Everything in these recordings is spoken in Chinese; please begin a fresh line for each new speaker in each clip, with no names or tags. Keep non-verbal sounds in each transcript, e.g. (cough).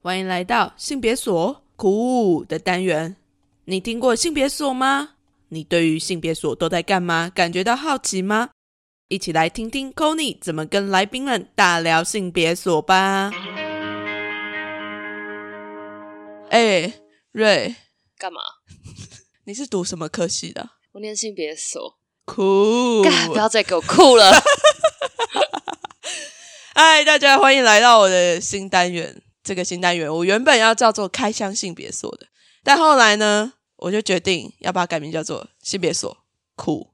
欢迎来到性别所酷的单元。你听过性别所吗？你对于性别所都在干嘛感觉到好奇吗？一起来听听 c o n y 怎么跟来宾们大聊性别所吧。哎，瑞，
干嘛？
你是读什么科系的？
我念性别所，
酷！
干不要再给我哭了。 (laughs)
嗨，哎大家欢迎来到我的新单元。这个新单元我原本要叫做“开箱性别所”的，但后来呢，我就决定要把它改名叫做“性别所酷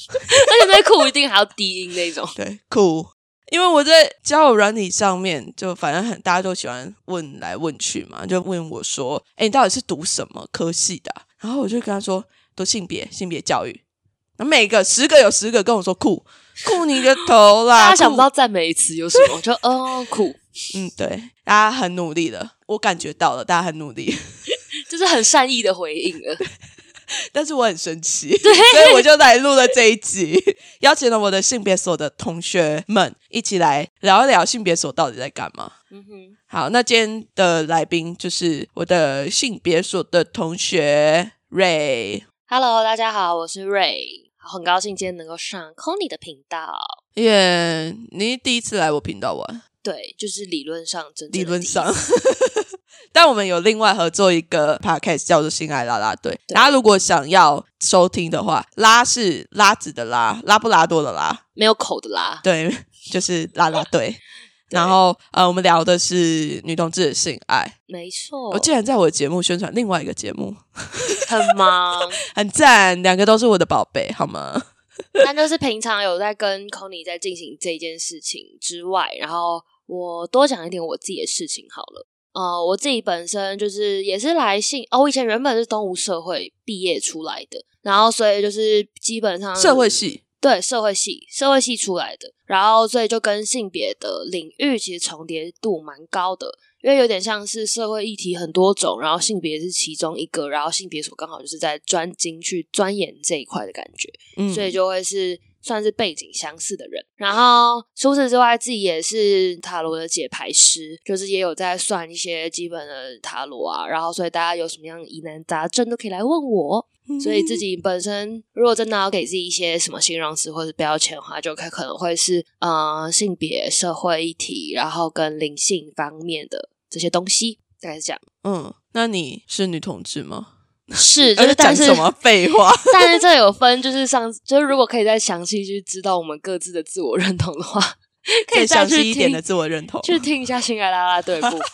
而且那哭一定还要低音那种”。。
对，酷，因为我在交友软体上面，就反正很大家都喜欢问来问去嘛，就问我说：“哎，你到底是读什么科系的啊、然后我就跟他说：“读性别性别教育。”然后每个十个有十个跟我说
(laughs)
酷酷你个头啦！
(laughs) 大家想
酷
不到赞美词有什么，就哦苦，
嗯，对，大家很努力了，我感觉到了，大家很努力，
就是很善意的回应了。
但是我很生气， (laughs) 所以我就来录了这一集，邀请了我的性别所的同学们一起来聊一聊性别所到底在干嘛。
嗯哼，
好，那今天的来宾就是我的性别所的同学 Ray，
Hello，大家好，我是 Ray，很高兴今天能够上 Conny 的频道。
耶你第一次来我频道玩，
对，就是理论上真正的
理论
第一
上
次，
但我们有另外合作一个 podcast 叫做《性爱拉拉队》，
对
大家如果想要收听的话，拉是拉子的拉，拉布拉多的拉，
没有口的啦。
对， (laughs) 就是拉拉队。
(laughs)
然后呃，我们聊的是女同志的性爱。
没错，
我竟然在我的节目宣传另外一个节目，
很忙，
很赞，两个都是我的宝贝，好吗？
但就是平常有在跟 Conny 在进行这件事情之外，然后我多讲一点我自己的事情好了。呃，我自己本身就是也是来信哦，我以前原本是东吴社会毕业出来的，然后所以就是基本上
社会系
对社会系社会系出来的，然后所以就跟性别的领域其实重叠度蛮高的，因为有点像是社会议题很多种，然后性别是其中一个，然后性别所刚好就是在专精去钻研这一块的感觉。
嗯，
所以就会是算是背景相似的人。然后除此之外，自己也是塔罗的解牌师，就是也有在算一些基本的塔罗啊。然后，所以大家有什么样疑难杂症都可以来问我。
嗯
所以自己本身如果真的要给自己一些什么形容词或是标签的话，就可可能会是呃性别、社会议题，然后跟灵性方面的这些东西。大概是
(laughs)
这样，
嗯，那你是女同志吗？
是就
而且
是但
哎讲
是
什么废话？
但是这有分，就是上，就是如果可以再详细去知道我们各自的自我认同的话， (laughs) 可以
详
去
细一点
听
的自我认同。
去听一下《性爱拉拉队》
(laughs)
的部分，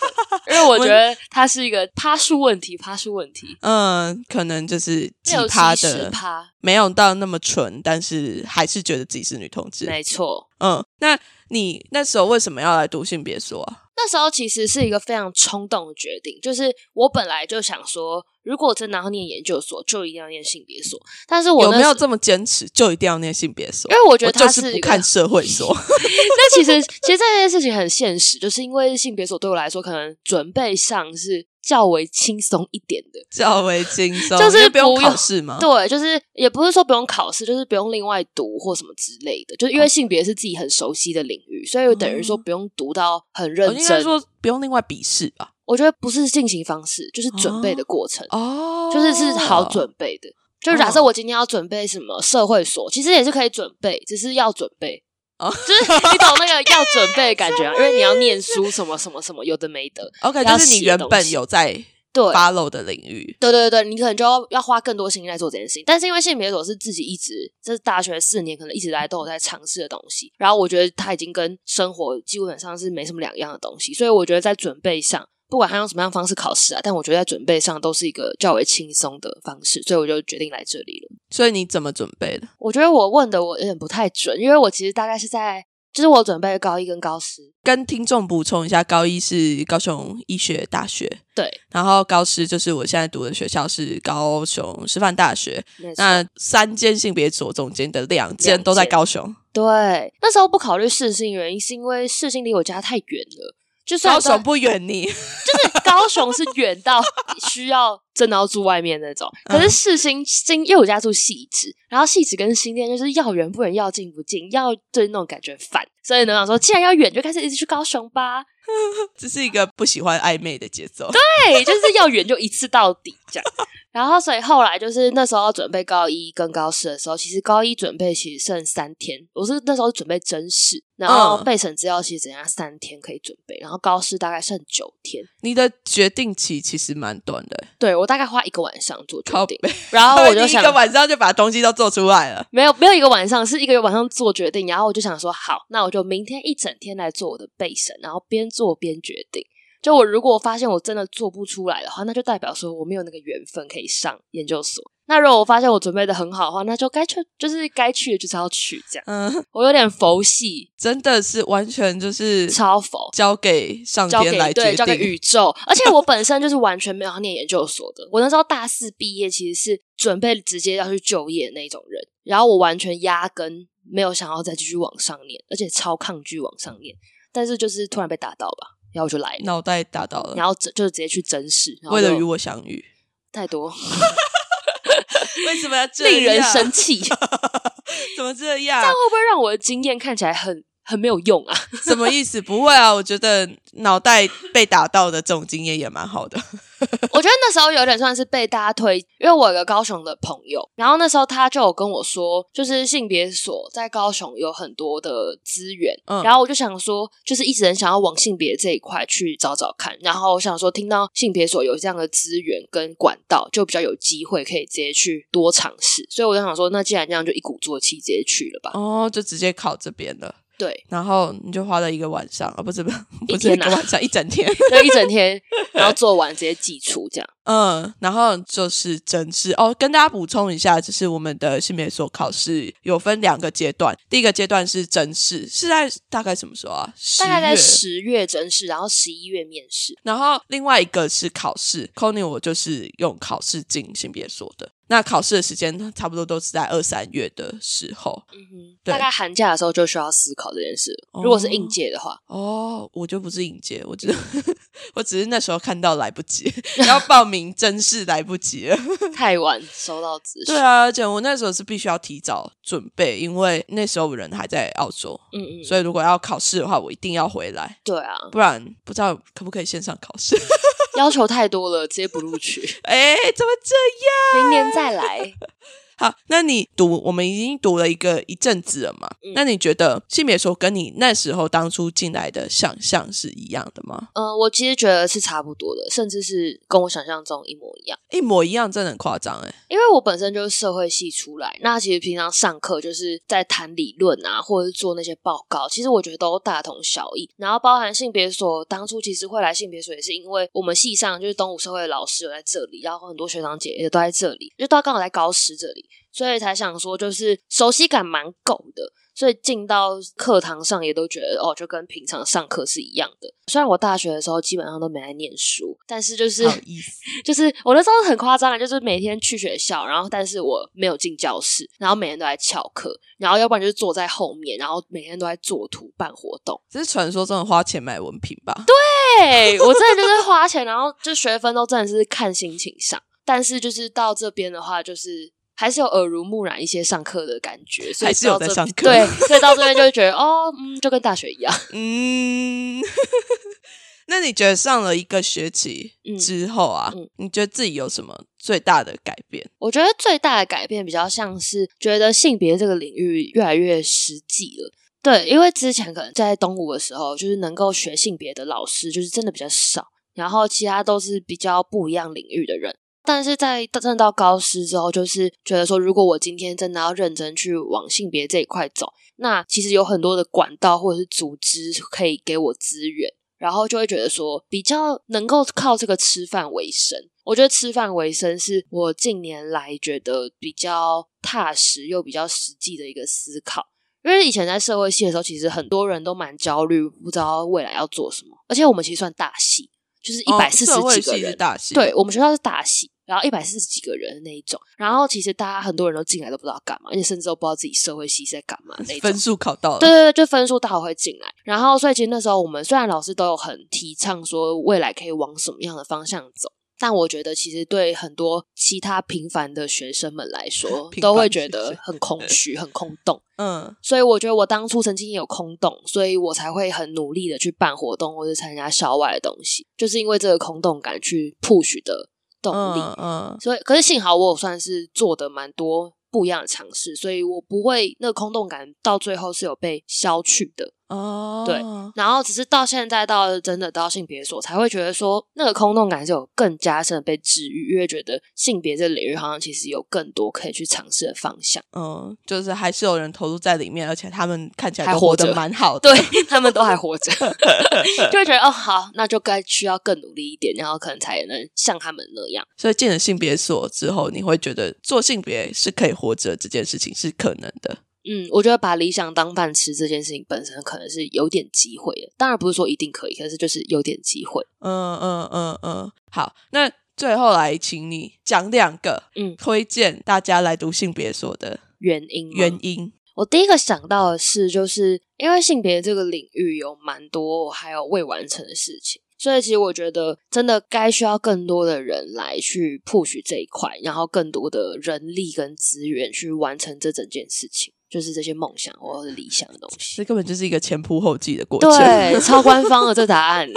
因为我觉得它是一个趴数问题，趴数问题，
嗯，可能就是几
六
趴
七十
的，
趴，
没有到那么纯，但是还是觉得自己是女同志。
没错。
嗯，那你那时候为什么要来读性别所啊？
那时候其实是一个非常冲动的决定，就是我本来就想说，如果真的要念研究所，就一定要念性别所。但是我
有
那
没有
时
这么坚持，就一定要念性别所？
因为我觉得它
就是不
一个
看社会
(laughs)
所。
那其实其实这件事情很现实，就是因为性别所对我来说，可能准备上是较为轻松一点的。
较为轻松，
就是
因为不用
不用
考试吗？
对，就是也不是说不用考试，就是不用另外读或什么之类的，就是
嗯
因为性别是自己很熟悉的领域，所以等于说不用读到很认
我嗯哦应该
真。
说不用另外笔试吧？
我觉得不是进行方式，就是准备的过程，
哦
就是是好准备的。就是假设我今天要准备什么社会所，其实也是可以准备，只是要准备。
哦
就是你懂那个要准备的感觉、啊，因为你要念书什么什么什么，有的没的。
哦 OK，
要
就是你
写
原
东
本
西
有在
对，
follow 的领域，
对对对，对你可能就要要花更多心力来做这件事情。但是因为性别所是自己一直，这是大学四年可能一直来都有在尝试的东西。然后我觉得它已经跟生活基本上是没什么两样的东西，所以我觉得在准备上，不管他用什么样的方式考试啊，但我觉得在准备上都是一个较为轻松的方式，所以我就决定来这里了。
所以你怎么准备的？
我觉得我问的我有点不太准，因为我其实大概是在，就是我准备高一跟高十，
跟听众补充一下，高一是高雄医学大学，
对，
然后高师就是我现在读的学校是高雄师范大学，
没错。
那三间性别所总间的两间
两
都在
间
高雄，
对，那时候不考虑试性原因，是因为试性离我家太远了。就算
高
在
雄不远你，
就是 (laughs) 高雄是远到需要真的要住外面那种，
嗯
可是世新新因为我家住细致，然后细致跟新店就是要远不远，要近不近，要对那种感觉很烦，所以呢，想说既然要远，就开始一直去高雄吧。
只是一个不喜欢暧昧的节奏。
对，就是要远就一次到底这样。然后，所以后来就是那时候准备高一跟高四的时候，其实高一准备其实剩三天，我是那时候准备真试，然后
嗯
备审资料其实只剩下三天可以准备，然后高四大概剩九天。
你的决定期其实蛮短的，
对我大概花一个晚上做决
靠
定
北，
然后我
(laughs)
就
你
想
一个晚上就把东西都做出来了。
没有没有一个晚上，是一个晚上做决定，然后我就想说，好，那我就明天一整天来做我的备审，然后边做边决定。就我如果发现我真的做不出来的话，那就代表说我没有那个缘分可以上研究所。那如果我发现我准备的很好的话，那就该去，就是该去的就是要去，这样。
嗯，
我有点佛系，
真的是完全就是
超否
交给上
交
天来
给
决
对
定，
交给宇宙。而且我本身就是完全没有要念研究所的，我那时候大四毕业，其实是准备直接要去就业那种人，然后我完全压根没有想要再继续往上念，而且超抗拒往上念。但是就是突然被打到吧，然后我就来了，
脑袋打到了，
然后就就直接去真试，然后
嗯为了
就
与我相遇，
太多
为什么要这样？
令人生气， (laughs) 这样
怎么这样？
会不会让我的经验看起来很很没有用啊？
什么意思？不会啊，我觉得脑袋被打到的这种经验也蛮好的。 (laughs)
我觉得那时候有点算是被大家推，因为我有个高雄的朋友，然后那时候他就有跟我说，就是性别所在高雄有很多的资源，
嗯
然后我就想说，就是一直很想要往性别这一块去找找看，然后我想说听到性别所有这样的资源跟管道，就比较有机会可以直接去多尝试，所以我就想说，那既然这样，就一鼓作气直接去了吧。
哦，就直接考这边了。
对，
然后你就花了一个晚上，啊，不是不是不是
一
一
天啊
个晚上，一整天。
就一整天，然后做完直接寄出
(laughs)
这样。
嗯，然后就是真试哦，跟大家补充一下，就是我们的性别所考试有分两个阶段，第一个阶段是真试，是在大概什么时候啊？
大概在
月
十月真试，然后十一月面试。
然后另外一个是考试 c o n y 我就是用考试进性别所的。那考试的时间差不多都是在二三月的时候
嗯哼，
对
大概寒假的时候就需要思考这件事。
哦
如果是应届的话，
哦，我就不是应届，我只 (laughs) 我只是那时候看到来不及， (laughs) 要报名真是来不及了。
太晚收到资讯。
对啊，而且我那时候是必须要提早准备，因为那时候我人还在澳洲，
嗯嗯，
所以如果要考试的话，我一定要回来，
对啊，
不然不知道可不可以线上考试。 (laughs)
要求太多了，直接不录取，
哎，怎么这
明年再 (laughs) 来。
好，那你读我们已经读了一个一阵子了嘛？
嗯
那你觉得性别说跟你那时候当初进来的想象是一样的吗？
嗯，我其实觉得是差不多的，甚至是跟我想象中一模一样。
一模一样，真的很夸张哎、
因为我本身就是社会系出来，那其实平常上课就是在谈理论啊，或者是做那些报告，其实我觉得都大同小异。然后包含性别所，当初其实会来性别所，也是因为我们系上就是东吴社会的老师有在这里，然后很多学长姐也都在这里，就到刚好在高师这里，所以才想说就是熟悉感蛮够的。所以进到课堂上也都觉得哦，就跟平常上课是一样的。虽然我大学的时候基本上都没来念书，但是就是
好意思，
就是我那时候很夸张的，就是每天去学校，然后但是我没有进教室，然后每天都在翘课，然后要不然就是坐在后面，然后每天都在做图办活
(laughs)
动。
这是传说中的花钱买文凭吧？
对我真的就是花钱，然后就学分都真的是看心情上，但是就是到这边的话，就是。还是有耳濡目染一些上课的感觉，所以
还是有
到这
在上课
对，所以到这边就会觉得哦，嗯，就跟大学一样。
嗯， (laughs) 那你觉得上了一个学期
嗯
之后啊，
嗯
你觉得自己有什么最大的改变？
我觉得最大的改变比较像是觉得性别这个领域越来越实际了。对，因为之前可能在东吴的时候，就是能够学性别的老师就是真的比较少，然后其他都是比较不一样领域的人。但是在真正到高师之后，就是觉得说，如果我今天真的要认真去往性别这一块走，那其实有很多的管道或者是组织可以给我资源。然后就会觉得说比较能够靠这个吃饭为生。我觉得吃饭为生是我近年来觉得比较踏实又比较实际的一个思考。因为以前在社会系的时候，其实很多人都蛮焦虑，不知道未来要做什么。而且我们其实算大系，就是一百四
哦社
十
会
几个
系
人，
是大系，
对，我们学校是大系，然后一百四十几个人的那一种。然后其实大家很多人都进来都不知道干嘛，而且甚至都不知道自己社会系是在干嘛那一种
分。数考到了，，
对对对，就分数大好会进来。然后，所以其实那时候我们虽然老师都有很提倡说未来可以往什么样的方向走，但我觉得其实对很多其他平凡的学生们来
(laughs)
说
平凡
都会觉
学
得
生
很空虚、很空洞。
嗯
所以我觉得我当初曾经也有空洞，所以我才会很努力的去办活动或者参加校外的东西，就是因为这个空洞感去 push 的动力。
嗯嗯，
所以，可是幸好我有算是做的蛮多不一样的尝试，所以我不会那个空洞感到最后是有被消去的。
哦，
对然后只是到现在到真的到性别所，才会觉得说那个空洞感是有更加深的被治愈，因为觉得性别这领域好像其实有更多可以去尝试的方向。
嗯，就是还是有人投入在里面，而且他们看起来
还
都
活
活得
着
蛮好的。
对 (laughs) 他们都还活着，就会觉得哦好，那就该需要更努力一点，然后可能才能像他们那样。
所以进了性别所之后，你会觉得做性别是可以活着这件事情是可能的。
嗯，我觉得把理想当饭吃这件事情本身可能是有点机会的，当然不是说一定可以，可是就是有点机会。
嗯嗯嗯嗯，好，那最后来请你讲两个，
嗯
推荐大家来读性别所的
原因吗
原因。
我第一个想到的是，就是因为性别这个领域有蛮多还有未完成的事情，所以其实我觉得真的该需要更多的人来去 push 这一块，然后更多的人力跟资源去完成这整件事情，就是这些梦想或者理想的东西。
这根本就是一个前仆后继的过程。 (laughs)
对，超官方的这答案，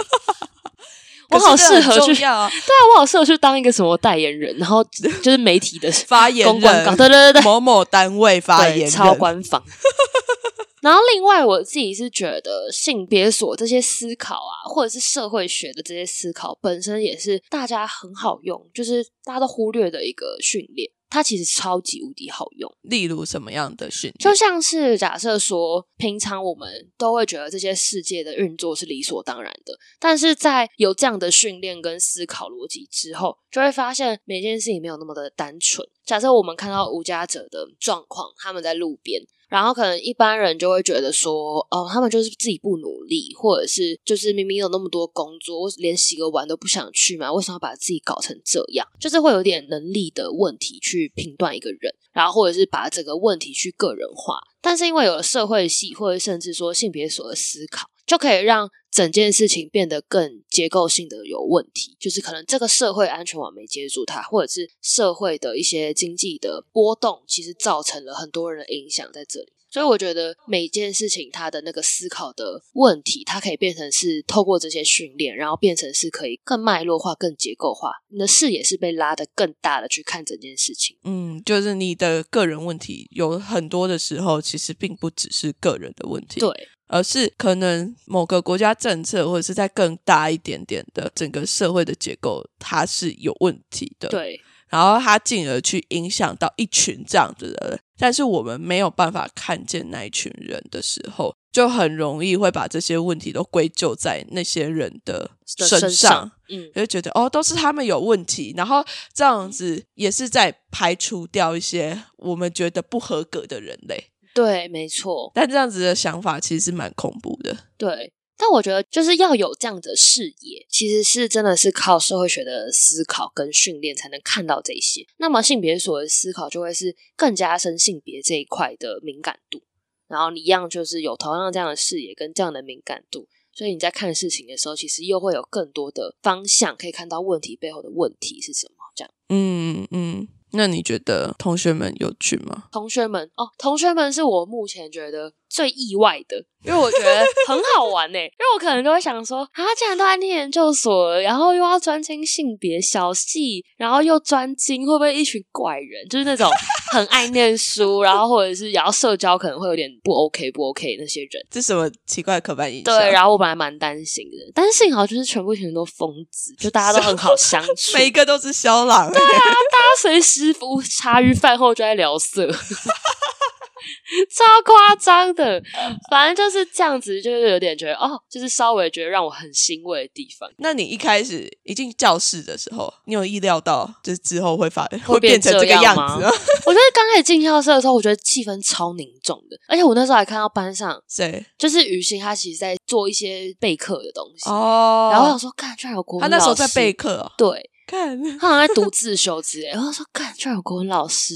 可
我
是
好
这
适
很
合去
重要啊
对啊，我好适合去当一个什么代言人，然后就是媒体的
发言
公关稿，
人
对对对对，
某某单位发
对，
言人
超官方。 (laughs) 然后，另外我自己是觉得性别所这些思考啊，或者是社会学的这些思考，本身也是大家很好用，就是大家都忽略的一个训练。它其实超级无敌好用，
例如什么样的训
就
练？
像是假设说，平常我们都会觉得这些世界的运作是理所当然的，但是在有这样的训练跟思考逻辑之后，就会发现每件事情没有那么的单纯。假设我们看到无家者的状况，他们在路边，然后可能一般人就会觉得说，哦，他们就是自己不努力，或者是就是明明有那么多工作，我连洗个碗都不想去嘛，为什么要把自己搞成这样？就是会有点能力的问题去评断一个人，然后或者是把这个问题去个人化。但是因为有了社会系，或者甚至说性别所的思考，就可以让整件事情变得更结构性的有问题，就是可能这个社会安全网没接住它，或者是社会的一些经济的波动，其实造成了很多人的影响在这里。所以我觉得每件事情它的那个思考的问题，它可以变成是透过这些训练，然后变成是可以更脉络化、更结构化，你的视野是被拉得更大的去看整件事情。
嗯，就是你的个人问题，有很多的时候其实并不只是个人的问题。
对，
而是可能某个国家政策，或者是在更大一点点的整个社会的结构，它是有问题的。，
对，
然后它进而去影响到一群这样子的人，但是我们没有办法看见那一群人的时候，就很容易会把这些问题都归咎在那些人的
的
身
身上，嗯，
就觉得哦，都是他们有问题，然后这样子也是在排除掉一些我们觉得不合格的人类，
对，没错。
但这样子的想法其实是蛮恐怖的。
对，但我觉得就是要有这样的视野，其实是真的是靠社会学的思考跟训练才能看到这些。那么性别所的思考就会是更加深性别这一块的敏感度，然后你一样就是有同样这样的视野跟这样的敏感度。所以你在看事情的时候，其实又会有更多的方向可以看到问题背后的问题是什么。这样，
嗯嗯，那你觉得同学们有趣吗？
同学们哦，同学们是我目前觉得最意外的，因为我觉得很好玩呢、因 (laughs) 为我可能就会想说，啊，既然都在念研究所了，然后又要专精性别小系，然后又专精，会不会一群怪人？就是那种很爱念书，然后或者是然后社交可能会有点不 OK 不 OK 那些人。
这什么奇怪的刻板印象？
对，然
后
后我本来蛮担心的，但是幸好就是全部全都疯子，就大家都很好相 (laughs) 处，
每一个都是肖朗、欸，
他随时服茶余饭后就在聊色， (laughs) 超夸张的。反正就是这样子，就是有点觉得哦，就是稍微觉得让我很欣慰的地方。
那你一开始一进教室的时候，你有意料到就是之后会发
嗯会变
变成这个
这样
样
吗
子吗？ (laughs)
我觉得刚开始进校舍的时候，我觉得气氛超凝重的，而且我那时候还看到班上，
谁？
就是雨欣她其实在做一些备课的东西，
哦，
然后我想说，干，居然有国
他
文
那时候在
老师
备，课、哦，
对
看 (laughs)
欸他好像在读自修之类，然后说，干，居然有国文老师，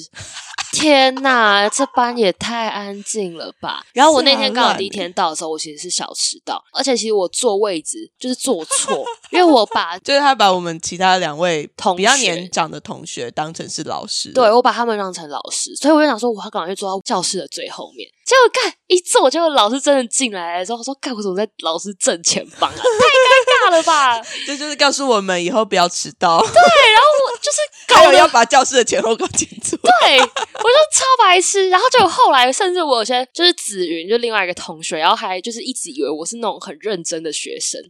天哪，这班也太安静了吧！然后我那天刚
吓
好
烂
第一天到的时候，我其实是小迟到，而且其实我坐位置就是坐错，因为我把
就是他把我们其他两位
同
比较
学
年长的同学当成是老师，
对，我把他们当成老师，所以我就想说，我要赶快去坐到教室的最后面。结果干一坐，结果老师真的进来的时候，我说干，我怎么在老师正前方啊？太尴尬了吧！ (laughs)
这就是告诉我们以后不要迟到，
我就是
还
搞
有
得
要把教室的前后搞清楚。
对，我就超白痴。然后就后来，甚至我有些就是子云，就另外一个同学，然后还就是一直以为我是那种很认真的学生，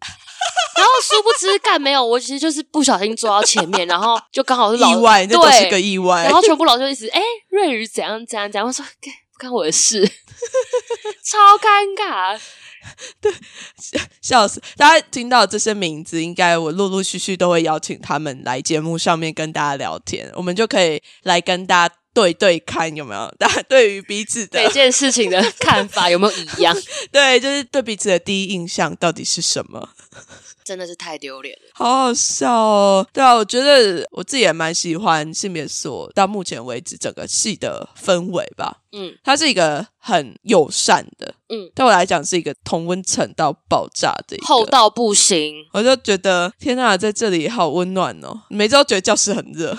然后殊不知干没有，我其实就是不小心坐到前面，然后就刚好是老
意外，那都是
对
个意外。
然后全部老师就一直哎、瑞宇怎样怎样怎样，我说干不干我的事，超尴尬。
笑死！大家听到这些名字，应该我陆陆续续都会邀请他们来节目上面跟大家聊天，我们就可以来跟大家对对看有没有，大家对于彼此的
每件事情的看法有没有一样？
(laughs) 对，就是对彼此的第一印象到底是什么？
(laughs) 真的是太丢脸了。
好好笑哦！对啊，我觉得我自己也蛮喜欢性别所到目前为止整个戏的氛围吧。
嗯，
它是一个很友善的，
嗯，
对我来讲是一个同温层到爆炸的一个
厚到不行，
我就觉得天呐，在这里好温暖哦！每周觉得教室很热，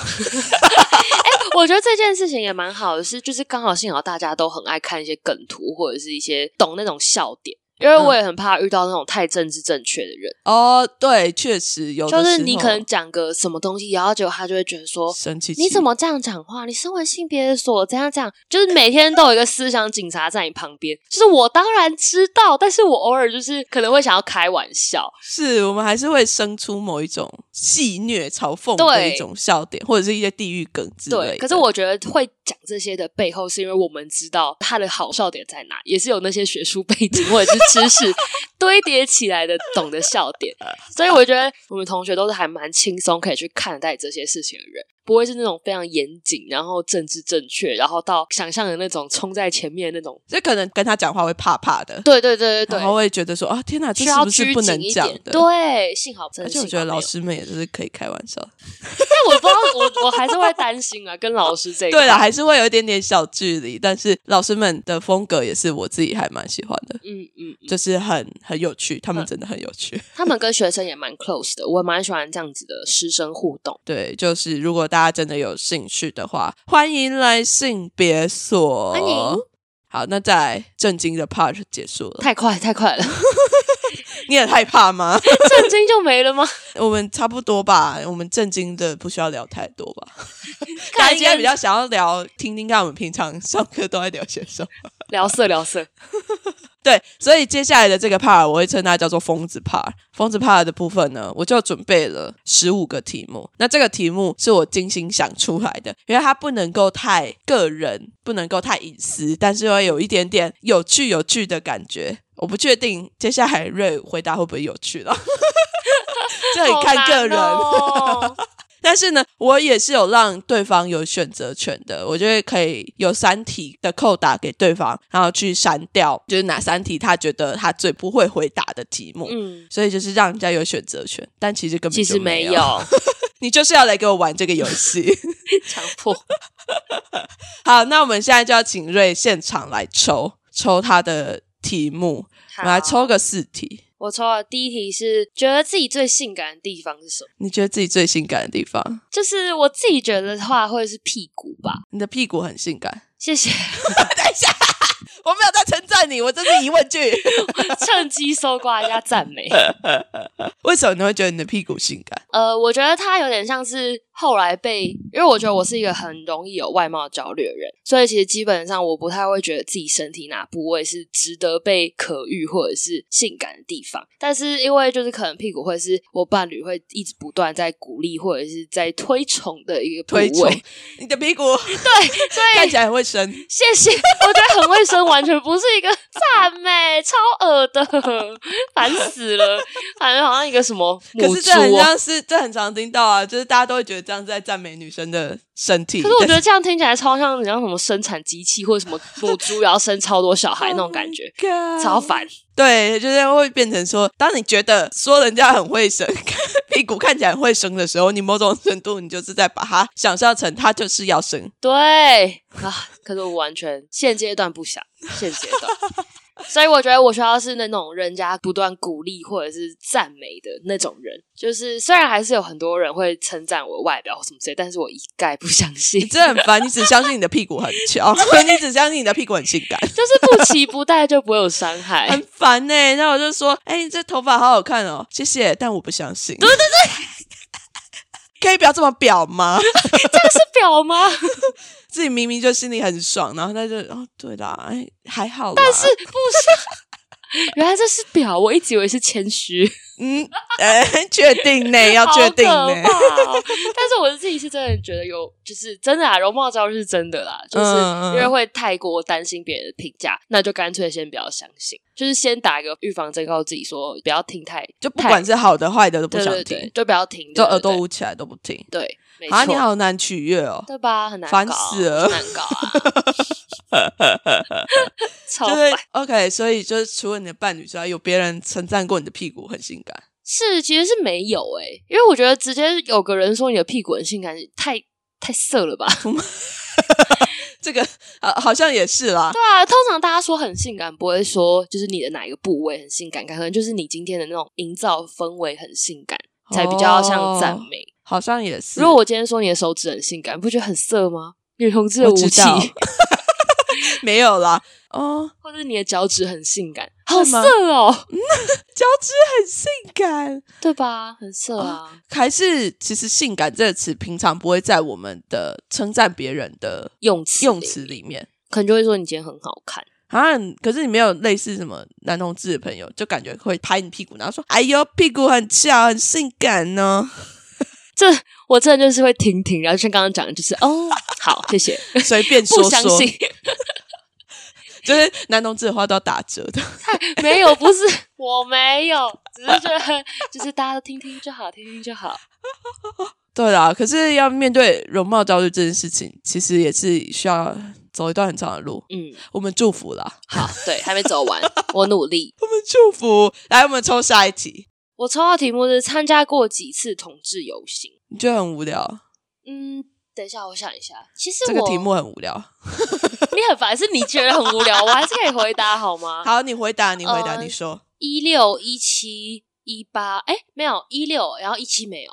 (laughs) 我觉得这件事情也蛮好的是，就是刚好幸好大家都很爱看一些梗图或者是一些懂那种笑点，因
嗯
为我也很怕遇到那种太政治正确的人，
哦，对，确实有的
就是
时
你
候
可能讲个什么东西，然后结果他就会觉得说。
生气气，
你怎么这样讲话？你身为性别所怎样讲？就是每天都有一个思想警察在你旁边。就是我当然知道，但是我偶尔就是可能会想要开玩笑，
是我们还是会生出某一种戏谑、嘲讽的
对
一种笑点，或者是一些地域梗之类的。
对。可是我觉得会讲这些的背后，是因为我们知道他的好笑点在哪，也是有那些学术背景或者是
(laughs)
知识堆叠起来的，懂得笑点。所以我觉得我们同学都是还蛮轻松可以去看待这些事情的人。不会是那种非常严谨，然后政治正确，然后到想象的那种冲在前面的那种。
这可能跟他讲话会怕怕的，
对对对对对，
然后会觉得说啊，天哪，这
需
是
要
不是
拘
不
谨
能
一
讲
点。
的？。
对，幸好真
而
的
且
幸
我
好没有。
觉得老师们也就是可以开玩笑，
但我不知道，我我还是会担心啊，跟老师这一
对
块
了，还是会有一点点小距离，但是老师们的风格也是我自己还蛮喜欢的，
嗯嗯，嗯
就是很很有趣，他们真的很有趣。
他们跟学生也蛮 close 的，我也蛮喜欢这样子的师生互动。
对，就是如果大家真的有兴趣的话，欢迎来性别所。
欢迎。
好，那在震惊的 part 结束了。
太快太 (laughs) 快了，
你很害怕吗？ (laughs)
震惊就没了吗？
我们差不多吧，我们震惊的不需要聊太多
(laughs)
吧。大家
看来
应该比较想要聊，听听看我们平常上课都在聊些什么。
(laughs) 聊色聊色，
(laughs) 对，所以接下来的这个 part 我会称它叫做疯子 part。疯子 part 的部分呢，我就准备了十五个题目。那这个题目是我精心想出来的，因为它不能够太个人，不能够太隐私，但是又有一点点有趣有趣的感觉。我不确定接下来瑞回答会不会有趣了， (laughs) 这很看个人。
好 (laughs) 难哦
但是呢，我也是有让对方有选择权的，我就会可以有三题的扣打给对方，然后去删掉，就是哪三题他觉得他最不会回答的题目。
嗯，
所以就是让人家有选择权，但其实根本
其
就
实没
没
(laughs) 有
(laughs) 你就是要来给我玩这个游戏。 (laughs)
强 (laughs) 迫，
好，那我们现在就要请瑞现场来抽抽他的题目，我们来抽
好。
个四题。
我抽的第一题是觉得自己最性感的地方是什么？
你觉得自己最性感的地方？
就是我自己觉得的话，会是屁股吧。
你的屁股很性感。
谢 (laughs) 谢，
等一下，我没有在称赞你，我这是疑问句。 (laughs)
趁机搜刮一下赞美。
为什么你会觉得你的屁股性感？
呃，我觉得他有点像是后来被，因为我觉得我是一个很容易有外貌焦虑的人，所以其实基本上我不太会觉得自己身体哪部位是值得被可遇或者是性感的地方。但是因为就是可能屁股会是我伴侣会一直不断在鼓励或者是在推崇的一个部
推崇
位，
你的屁股
对，所
看
以
起来很会生，
谢谢，我觉得很卫生，完全不是一个赞美，超恶的， (laughs) 烦死了，反正好像一个什么
可
母
是
猪
这很
哦。
像是这很常听到啊，就是大家都会觉得这像在赞美女生的身体。
可是我觉
但，
得这样听起来超像，你像什么生产机器或者什么母 (laughs) 猪也要生超多小孩那种感觉
God
超烦。
对，就是会变成说，当你觉得说人家很会生， (laughs) 屁股看起来很会生的时候，你某种程度你就是在把它想象成他就是要生。
对啊，可是我完全现阶段不想，现阶段。所以我觉得我需要是那种人家不断鼓励或者是赞美的那种人，就是虽然还是有很多人会称赞我外表或什么之类，但是我一概不相信，
你真的很烦，你只相信你的屁股很翘，你只相信你的屁股很性感，
(laughs) 就是不期不待就不会有伤害。
很烦呢、那我就说，哎、你这头发好好看哦，谢谢，但我不相信。对对对。 (laughs) 可以不要这么表吗？
是表吗？
自己明明就心里很爽，然后他就哦，对啦，哎，还好啦。但是，
(laughs) 原来这是表，我一直以为是谦虚，
嗯， (laughs) 哎，确定呢，哎要确定
(laughs) 好
呢
可。怕哦但是我自己是真的觉得有，就是真的啊，容貌焦虑是真的啦，就是
嗯嗯
因为会太过担心别人的评价，那就干脆先不要相信，就是先打一个预防针，告诉自己说不要听太，
就不管是好的坏的都不
对
想
对
听，
对，就不要听，
就
对对
耳朵
对
捂起来都不听。
对，没
啊，你
错。
好难取悦哦，
对吧？很难搞，
烦死了
很难搞啊！
(laughs)
超
就
烦
是。OK，所以就是除了你的伴侣之外，有别人称赞过你的屁股很性感，
是，其实是没有诶、因为我觉得直接有个人说你的屁股很性感，太太色了吧？
这个啊好像也是啦
对。啊，通常大家说很性感，不会说就是你的哪一个部位很性感，可能就是你今天的那种营造氛围很性感，才比较像赞美。
好像也哦是。
如果我今天说你的手指很性感，不觉得很色吗？女同志的
我
武
知
器，
道没有啦，哦，
或者你的脚趾很
(laughs)
性感，好
会吗
色
(laughs)
哦，
脚趾很性感，
对吧？很色啊，
还是其实“性感”这个词平常不会在我们的称赞别人的
用词
用
里
词里面
可能就会说你今天很好看，
啊。可是你没有类似什么男同志的朋友，就感觉会拍你屁股，然后说：“哎呦，屁股很翘，很性感哦呢、
我真的就是会停停，然后像刚刚讲的，就是哦，好，谢谢，
随便
(laughs) 不
(laughs) 说
相
(laughs) 说，
信。
就是男同志的话都要打折的。 (laughs)
没有，不是，我没有，只是觉得 (laughs) 就是大家都听听就好，听听就好。
对啦，可是要面对容貌焦虑这件事情，其实也是需要走一段很长的路。
嗯，
我们祝福啦，
(laughs) 好，对，还没
(laughs)
走完，我努力。
我们祝福。来，我们抽下一题，
我抽到题目是参加过几次同志游行。
你觉得很无聊？
嗯，等一下，我想一下。其实
这个
我啊
题目很无聊。
你很烦，是你觉得很
(laughs)
无聊，我还是可以回答好吗？
好，你回答，你回答，
呃
你说。
一六一七一八，哎，没有一六，然后一七没有，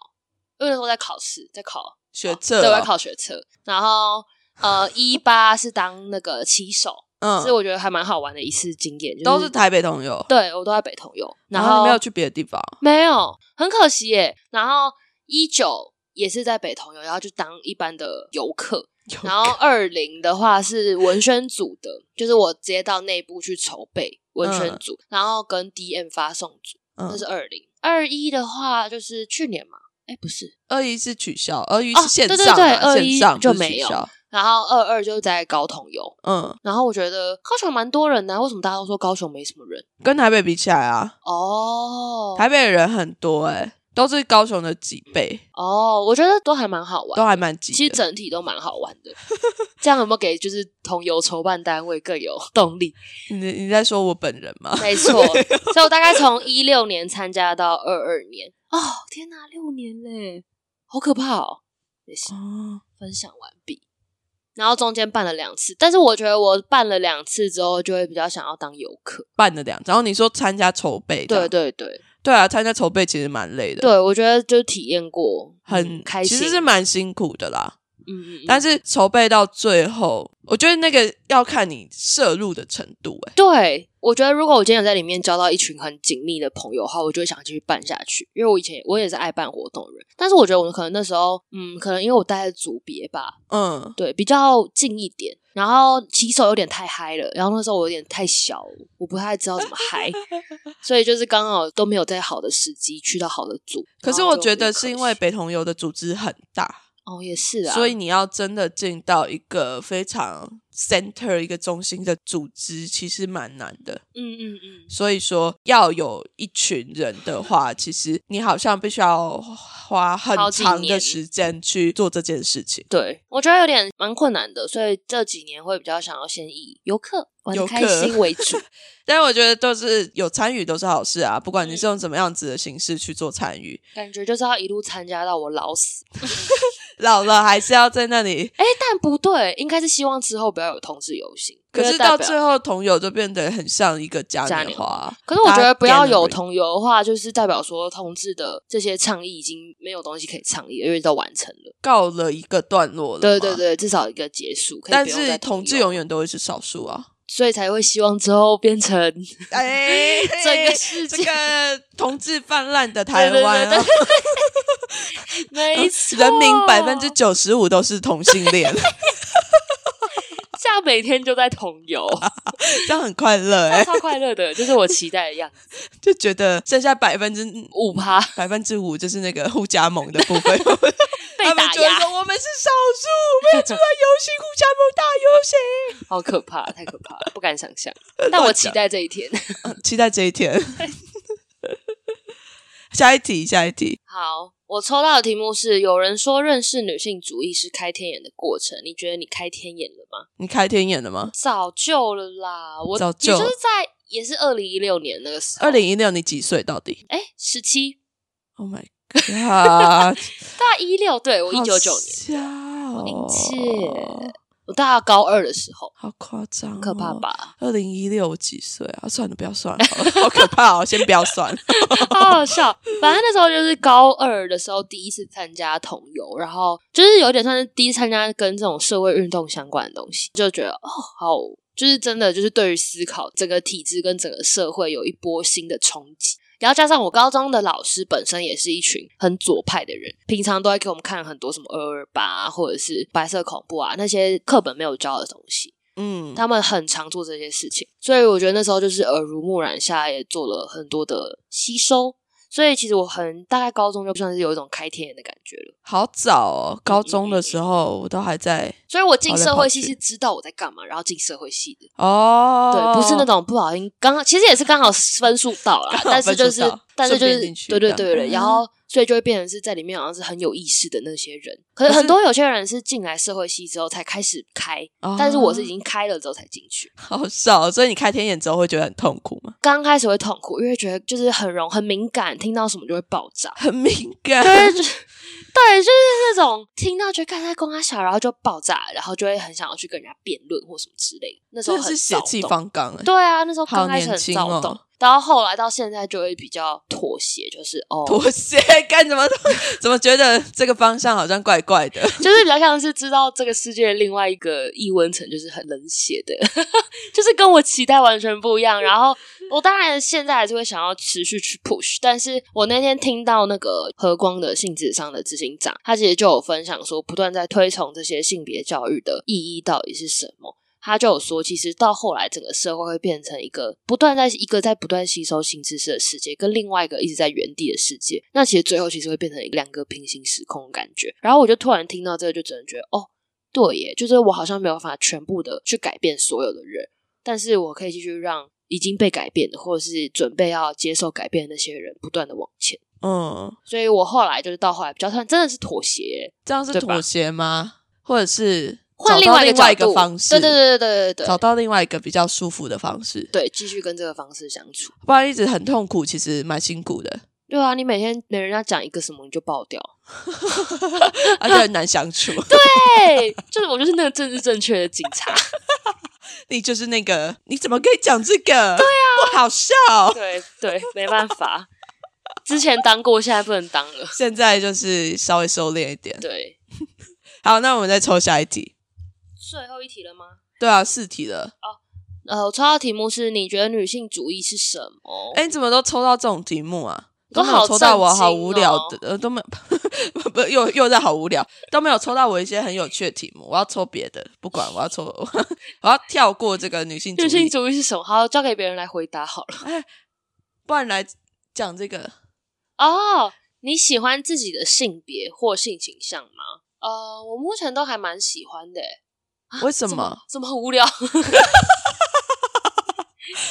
因为那时候在考试，在考
学
对，
测
我在
哦，
考学测。然后呃，一八是当那个骑手，所以
嗯，
我觉得还蛮好玩的一次经验，就
都是台北同友，
对我都在北投有，然
然
后
后你没有去别的地
(laughs)
方，
没有，很可惜耶。然后一九也是在北投有，然后就当一般的游客。然后二零的话是文宣组的， (laughs) 就是我直接到内部去筹备文宣组，然后跟 DM 发送组，这
嗯
是，二零。二一的话就是去年嘛，哎不是，
二一是取消，二一
哦
是线
对
上
对
啊，
对二一
线上
就
不是
没
取
有
消，
然后二二就在高同游。
嗯，
然后我觉得高雄蛮多人的啊、为什么大家都说高雄没什么人？
跟台北比起来啊，
哦，
台北人很多哎，都是高雄的几倍，
哦，我觉得都还蛮好玩的，
都还蛮挤
其实
的。
整体都蛮好玩的。这样有没有给就是同游筹办单位更有动力？
你你在说我本人吗？
没错，所以我大概从一六年参加到二二年。哦，天哪，六年嘞，好可怕哦！没事，
哦，
分享完毕。然后中间办了两次，但是我觉得我办了两次之后，就会比较想要当游客。
办了两，然后你说参加筹备这样，
对对对
对啊，参加筹备其实蛮累的，
对，我觉得就体验过，
很
嗯开心，
其实是蛮辛苦的啦。
嗯嗯，
但
是
是筹备到最后，我觉得那个要看你摄入的程度、欸。
对，我觉得如果我今天有在里面交到一群很紧密的朋友的话，我就会想继续办下去。因为我以前我也是爱办活动的人，但是我觉得我可能那时候，嗯，可能因为我待在组别吧，
嗯，
对，比较近一点，然后骑手有点太嗨了，然后那时候我有点太小，我不太知道怎么
(laughs)
嗨，所以就是刚好都没有在好的时机去到好的组。
可是
然后
我
就
觉
有点
得
可
是因为
惜
北同游的组织很大，
哦，也是啊，
所以你要真的进到一个非常 center 一个中心的组织，其实蛮难的。
嗯嗯嗯，
所以说，要有一群人的话，其实你好像必须要花很
好几
长的
年
时间去做这件事情。
对，我觉得有点蛮困难的，所以这几年会比较想要先以游客玩得
游客
开心为主。
但是我觉得都是有参与都是好事啊，不管你
嗯
是用怎么样子的形式去做参与，
感觉就是要一路参加到我老死。
老了还是要在那里。
哎，但不对，应该是希望之后不要有同志游行。
可
因
是
为代
到
表
最，后，同友就变得很像一个嘉
嘉
年
年
华。
可是我觉得不要
大家
有
gathering
同游的话，就是代表说同志的这些倡议已经没有东西可以倡议了，因为都完成了。
告了一个段落了。
对对。对，至少一个结束。可以
但
不用再
是同志
游
永，远都会是少数啊！
所以才会希望之后变成
(laughs) 哎，
整个
(laughs)
世
这
界。
个 (laughs) 同志泛滥的台湾啊、
对对对
(laughs)
没错，
嗯人民百分之九十五都是同性 (laughs) 恋，
这样每天就在同游，
这样很快乐 (laughs) 哎、
超快乐的，就是我期待的样子。
就觉得剩下百分之
五趴
百分之五就是那个互加盟的部 (laughs) 分，
被
他们
打
就会
压，
说我们是少数，我们要出来游行，互加盟大游行。
好可怕，太可怕了，不敢想
(laughs)
象。但我期待这一天。
嗯期待这一天。 (laughs) 下一题，下一题，
好，我抽到的题目是：有人说认识女性主义是开天眼的过程，你觉得你开天眼了吗？
你开天眼了吗？
早就了啦，我
早就
也就是在也是二零一六年那个时候，
二零一六你几岁到底
哎十七
？Oh my god！
大一六，对我一九九年，
年，好
我
吓
一
哦
届我大高二的时候，
好夸张、哦
可怕？吧？
二零一六我几岁啊？算了，不要算了，好了 (laughs) 好可怕哦！先不要
(laughs)
算。
好好笑。反正那时候就是高二的时候第一次参加同游，然后就是有点算是第一次参加跟这种社会运动相关的东西，就觉得哦，好，就是真的就是对于思考整个体制跟整个社会有一波新的冲击。然后加上我高中的老师本身也是一群很左派的人，平常都在给我们看很多什么二二八啊，或者是白色恐怖啊那些课本没有教的东西。
嗯，
他们很常做这些事情，所以我觉得那时候就是耳濡目染下，也做了很多的吸收。所以其实我很大概高中就算是有一种开天眼的感觉了。
好早哦，高中的时候我都还在
所以我进
跑来
社
跑
会系
去
是知道我在干嘛，然后进社会系的，
哦，
对，不是那种不小心刚好，其实也是刚好分数到了，
刚好
但是就
分数
是
到
但是就
顺
是
便进去
对对
这
对
样
对，
嗯
然后所以就会变成是在里面好像是很有意识的那些人，
可
可是
是
很多有些人是进来社会系之后才开始开，
哦，
但是我是已经开了之后才进去。
(laughs) 好少，所以你开天眼之后会觉得很痛苦吗？。
刚开始会痛苦，因为觉得就是很容很敏感，听到什么就会爆炸
很敏感，
(laughs) 对，就是对，就是那种听到觉得干在公他小，然后就爆炸，然后就会很想要去跟人家辩论或什么之类的。那时候
真的
很
是血
躁
气
动
方刚哎、
对啊，那时候刚
好
开始
年
很
轻
躁
哦
动，然后后来到现在就会比较妥协，就是哦，
妥协干什么？ (laughs) 怎么觉得这个方向好像怪怪的？
(laughs) 就是比较像是知道这个世界的另外一个异温层，就是很冷血的， (laughs) 就是跟我期待完全不一样。然后我当然现在还是会想要持续去 push，但是我那天听到那个和光的性质上的执行长，他其实就有分享说，不断在推崇这些性别教育的意义到底是什么。他就有说，其实到后来整个社会会变成一个不断在一个在不断吸收新知识的世界，跟另外一个一直在原地的世界。那其实最后其实会变成两个平行时空的感觉。然后我就突然听到这个，就只能觉得哦，对耶，就是我好像没有办法全部的去改变所有的人，但是我可以继续让已经被改变的，或者是准备要接受改变的那些人不断的往前。
嗯，
所以我后来就是到后来比较算真的是妥协耶，
这样是
对吧
妥协吗？或者是
换
找到
一
另
个角
外一
度
个方式？
对对对对对对
找
对，
到另外一个比较舒服的方式。，
对继续跟这个方式相处。
不然一直很痛苦，其实蛮辛苦的，
对啊，你每天每人家讲一个什么你就爆掉，
而且很难相处。
对，就是我就是那个政治正确的警察，
(laughs) 你就是那个，你怎么可以讲这个？对啊，不好笑。
(laughs) 对对，没办法，之前当过，现在不能当了，
现在就是稍微收敛一点。
对，
好，那我们再抽下一题。
最后一题了吗？
对啊，四题了。
呃，我抽到的题目是你觉得女性主义是什么？
哎，你怎么都抽到这种题目啊？
都
都没有
好
抽到
震
我好
惊
无聊
哦
的，呃，都没有不又又在好无聊，都没有抽到我一些很有趣的题目。我要抽别的，不管，我要抽， (laughs) 我要跳过这个女性主
女性
义，
主义是什么？好，交给别人来回答好了。
不然来讲这个。
哦，你喜欢自己的性别或性倾向吗？呃，我目前都还蛮喜欢的欸，
为什
怎
么？
怎么很 (laughs) 无聊？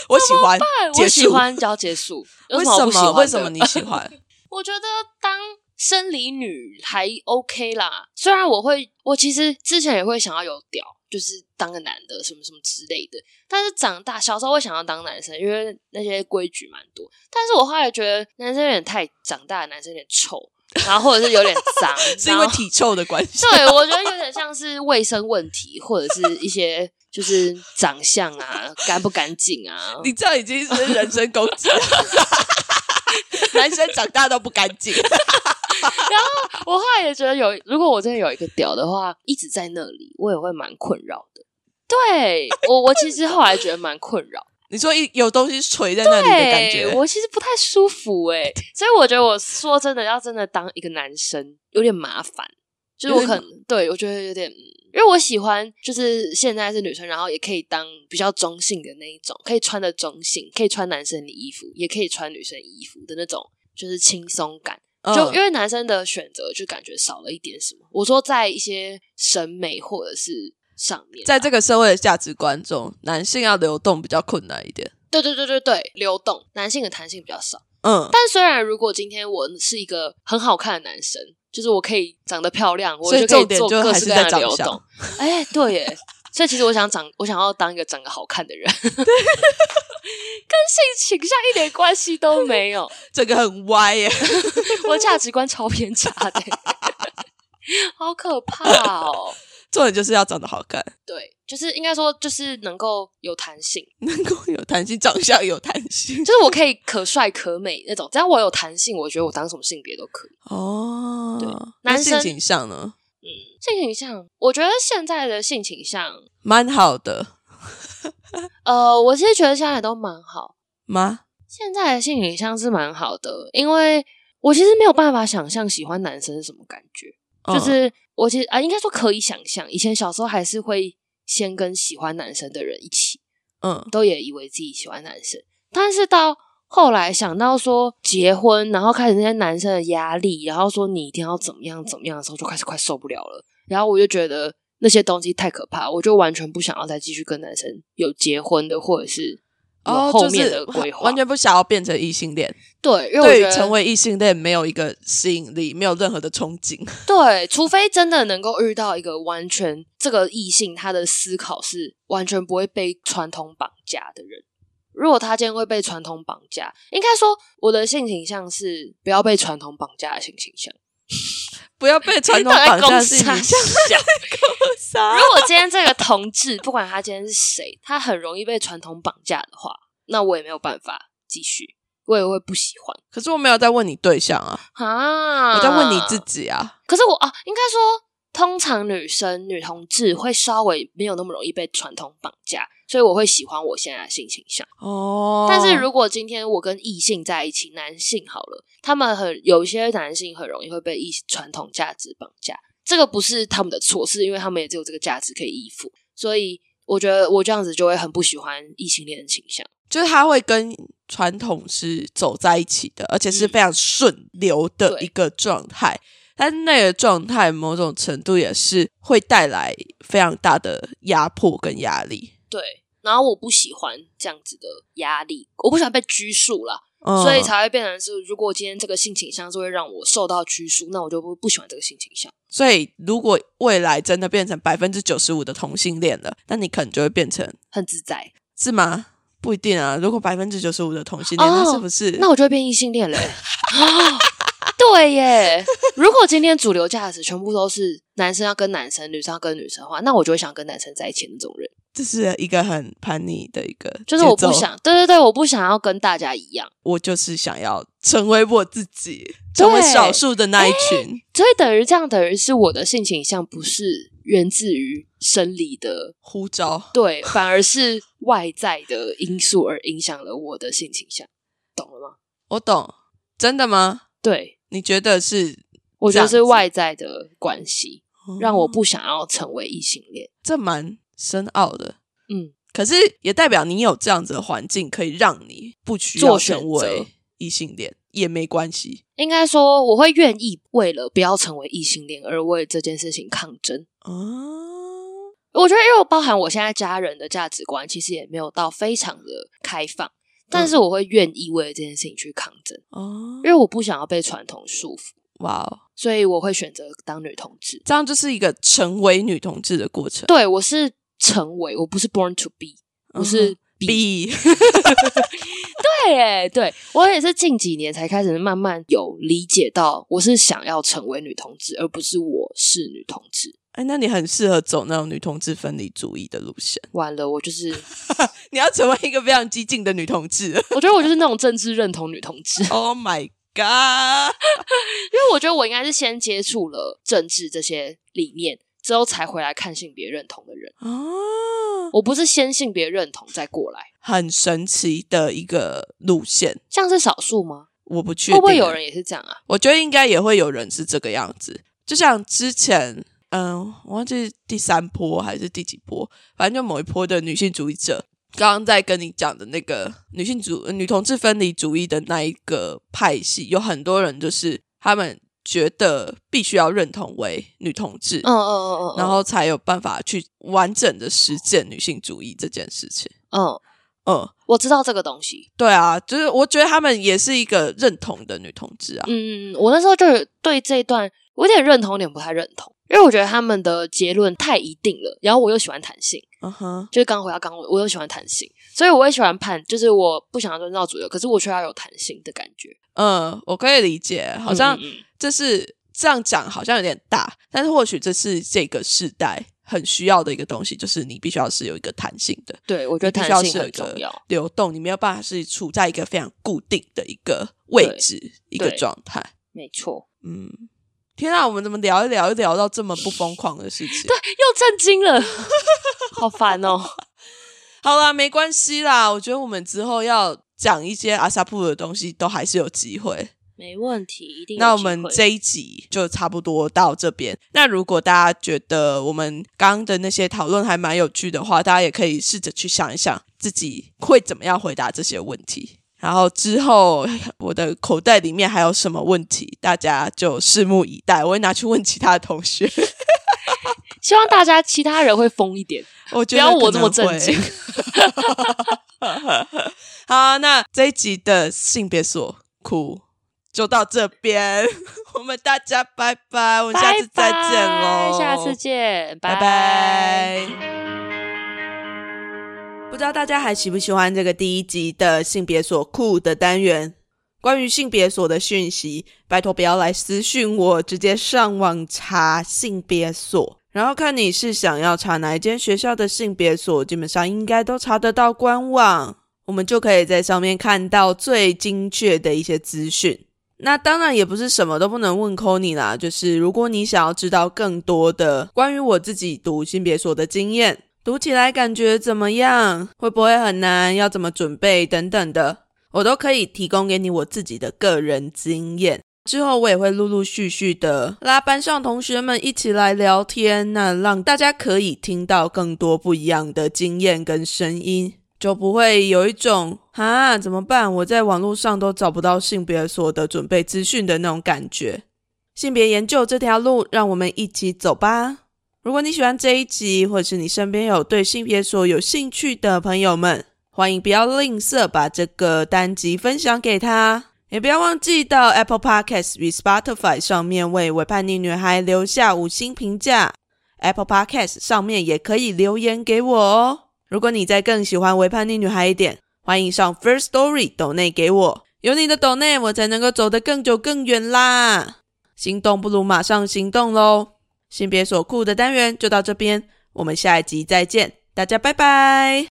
我喜欢，
我
结
喜
束。
欢交结 (laughs) 束，有
为
什么
什
我不喜
么？
欢
为什么
的
你喜
(laughs)
欢？，
我觉得当生理女还 OK 啦，虽然我会，我其实之前也会想要有屌，就是当个男的什么什么之类的。但是长大小时候会想要当男生，因为那些规矩蛮多。但是我后来觉得男生有点太长大，男生有点臭，然后或者是有点脏
(laughs) 是因为
然后
体臭的关系？
对，我觉得有点像是卫生问题，或者是一些就是长相啊，干不干净啊。
你这样已经是人身攻击了。 (laughs) 男生长大都不干净， (laughs)
(laughs) 我后来也觉得有，如果我真的有一个屌的话，一直在那里，我也会蛮困扰的。对我，我其实后来觉得蛮困扰，
你说一有东西垂在 (laughs) 那里的感
对
觉，
我其实不太舒服哎、
(laughs)
所以我觉得我说真的，要真的当一个男生有点麻烦，就是我可
有
能对我觉得有点，嗯因为我喜欢就是现在是女生，然后也可以当比较中性的那一种，可以穿的中性，可以穿男生的衣服，也可以穿女生衣服的那种，就是轻松感。就因
嗯、
为男生的选择，就感觉少了一点什么。我说在一些审美或者是上面啊，
在这个社会的价值观中，男性要流动比较困难一点。
对对对对对流动，男性的弹性比较少。
嗯，
但虽然如果今天我是一个很好看的男生，就是我可以长得漂亮，我
所以
就可
重
以
点
做
就
各
还
式
是
各
在
样的
长
流动
相。。
哎，对耶。所以其实我想长，我想要当一个长得好看的人， (laughs) 跟性倾向一点关系都没有。
这个很歪耶。 (laughs)
我价值观超偏差的， (laughs) 好可怕哦！
重点就是要长得好看，
对，就是应该说，就是能够有弹性，
能够有弹性，长相有弹性
就。是我可以可帅可美那种。只要我有弹性，我觉得我当什么性别都可以。
哦，
对
那
男
性
生
倾向呢，
性倾向，我觉得现在的性倾向，
蛮好的
呃，我其实觉得现在都蛮好。
吗？
现在的性倾向是蛮好的，因为我其实没有办法想象喜欢男生是什么感觉。就
嗯
是我其实啊，应该说可以想象，以前小时候还是会先跟喜欢男生的人一起，
嗯，
都也以为自己喜欢男生，但是到后来想到说结婚，然后开始那些男生的压力，然后说你一定要怎么样怎么样的时候，就开始快受不了了。然后我就觉得那些东西太可怕，我就完全不想要再继续跟男生有结婚的，或者是有
哦，
后
就
面
是
的规划。
完全不想要变成异性恋，
对，因为我
对
觉
于
得
成为异性恋没有一个吸引力，没有任何的憧憬。
对，除非真的能够遇到一个完全这个异性，他的思考是完全不会被传统绑架的人。如果他今天会被传统绑架，应该说我的性倾向是不要被传统绑架的性倾向。
不要被传统绑架是你
他在攻
想
杀小
啥
如？果今天这个同志，不管他今天是谁，他很容易被传统绑架的话，那我也没有办法继续，我也会不喜欢
(laughs) 可是我没有在问你对象啊，
啊。
我在问你自己啊。
可是我啊，应该说，通常女生女同志会稍微没有那么容易被传统绑架，所以我会喜欢我现在的性倾向。
哦，
但是如果今天我跟异性在一起，男性好了，他们很有一些男性很容易会被异传统价值绑架，这个不是他们的错，是因为他们也只有这个价值可以依附，所以。我觉得我这样子就会很不喜欢异性恋的倾向，
就是他会跟传统是走在一起的，而且
嗯
是非常顺流的
对
一个状态。但那个状态某种程度也是会带来非常大的压迫跟压力，
对。然后我不喜欢这样子的压力，我不喜欢被拘束啦。
嗯
所以才会变成是，如果今天这个性倾向是会让我受到拘束，那我就不不喜欢这个性倾向。
所以如果未来真的变成百分之九十五的同性恋了，那你可能就会变成
很自在，
是吗？不一定啊。如果百分之九十五的同性恋，
哦
那是不是？
那我就会变异性恋嘞、啊对耶，如果今天主流价值全部都是男生要跟男生，女生要跟女生的话，那我就会想跟男生在一起的那种人，
这是一个很叛逆的一个，
就是我不，想，对对对，我不想要跟大家一样，
我就是想要成为我自己，成为
对
少数的那一群。
所以等于这样，等于是我的性倾向不是源自于生理的，
呼召，
对，反而是外在的因素而影响了我的性倾向，懂了吗？
我懂，真的吗？
对，
你觉得是？
我觉得
这
是
样子
外在的关系，让我
哦
不想要成为异性恋。
这蛮深奥的，
嗯，
可是也代表你有这样子的环境，可以让你不需要
做选
成为
择
异性恋也没关系。
应该说我会愿意为了不要成为异性恋而为这件事情抗争。
哦，
我我觉得，因为包含我现在家人的价值观，其实也没有到非常的开放，
嗯
但是我会愿意为这件事情去抗争，
哦
因，为我不想要被传统束缚，
哇哦，
所以我会选择当女同志。
这样就是一个成为女同志的过程。
对我是成为，我不是 born to be，我
嗯
是 be。
B，
对耶，对我也是近几年才开始慢慢有理解到，我是想要成为女同志，而不是我是女同志。
(laughs) 哎，那你很适合走那种女同志分离主义的路线。 (laughs)
完了，我就是，
你要成为一个非常激进的女同志。
我觉得我就是那种政治认同女同志， (laughs) 因
Oh my god！
为我觉得我应该是先接触了政治这些理念，之后才回来看性别认同的人。
啊，
我不是先性别认同再过来，
很神奇的一个路线，
这样是少数吗？
我不确定
会
欸
不会有人也是这样啊？
我觉得应该也会有人是这个样子。就像之前，嗯，我忘记是第三波还是第几波，反正就某一波的女性主义者，刚刚在跟你讲的那个女性主女同志分离主义的那一个派系，有很多人就是他们觉得必须要认同为女同志，
嗯嗯嗯嗯嗯，
然后才有办法去完整的实践女性主义这件事情。
嗯，
嗯，
我知道这个东西。
对啊，就是我觉得他们也是一个认同的女同志啊。
嗯，我那时候就有对这一段我有点认同，有点不太认同，因为我觉得他们的结论太一定了。然后我又喜欢弹性，
嗯哼，
就是刚回到刚我我又喜欢弹性，所以我也喜欢判，就是我不想要遵照主流，可是我却要有弹性的感觉。
嗯，我可以理解，好像
嗯嗯嗯
这是这样讲好像有点大，但是或许这是这个时代很需要的一个东西，就是你必须要是有一个弹性的，
对我觉得
你必须
弹
要
性
是有
很
一
重
个
要。
流动，你没有办法是处在一个非常固定的一个位置一个
对
状态。
没错，
嗯，天啊，我们怎么聊一聊一聊到这么不疯狂的事情？对，
又震惊了， (laughs) 好烦
(laughs)
哦。
好啦，没关系啦，我觉得我们之后要。讲一些阿萨布鲁的东西都还是有机会。
没问题，一定有
那我
机
们
会
这一集就差不多到这边。那如果大家觉得我们刚刚的那些讨论还蛮有趣的话，大家也可以试着去想一想自己会怎么样回答这些问题。然后之后我的口袋里面还有什么问题，大家就拭目以待。我会拿去问其他的同学。
希望大家其他人会疯一点。
我觉
不
得
要
可
我这
能
么震
会
惊。
好啊、那这一集的性别所酷就到这边， (laughs) 我们大家拜拜，我们下次再见
拜
喽，
拜下次见，
拜拜。不知道大家还喜不喜欢这个第一集的性别所酷的单元？关于性别所的讯息，拜托不要来私讯我，直接上网查性别所，然后看你是想要查哪一间学校的性别所，基本上应该都查得到官网，我们就可以在上面看到最精确的一些资讯。那当然也不是什么都不能问 Kony 啦，就是如果你想要知道更多的关于我自己读性别所的经验，读起来感觉怎么样，会不会很难，要怎么准备等等的，我都可以提供给你我自己的个人经验。之后我也会陆陆续续的拉班上同学们一起来聊天，那让大家可以听到更多不一样的经验跟声音，就不会有一种啊怎么办？我在网络上都找不到性别所的准备资讯的那种感觉。性别研究这条路，让我们一起走吧。如果你喜欢这一集，或者是你身边有对性别所有兴趣的朋友们，欢迎不要吝啬把这个单集分享给他，也不要忘记到 Apple Podcast 与 Spotify 上面为《伪叛逆女孩》留下五星评价。Apple Podcast 上面也可以留言给我哦。如果你再更喜欢《伪叛逆女孩》一点，欢迎上 First Story 抖内给我，有你的抖内，我才能够走得更久更远啦。心动不如马上行动喽！性别所酷的单元就到这边，我们下一集再见，大家拜拜。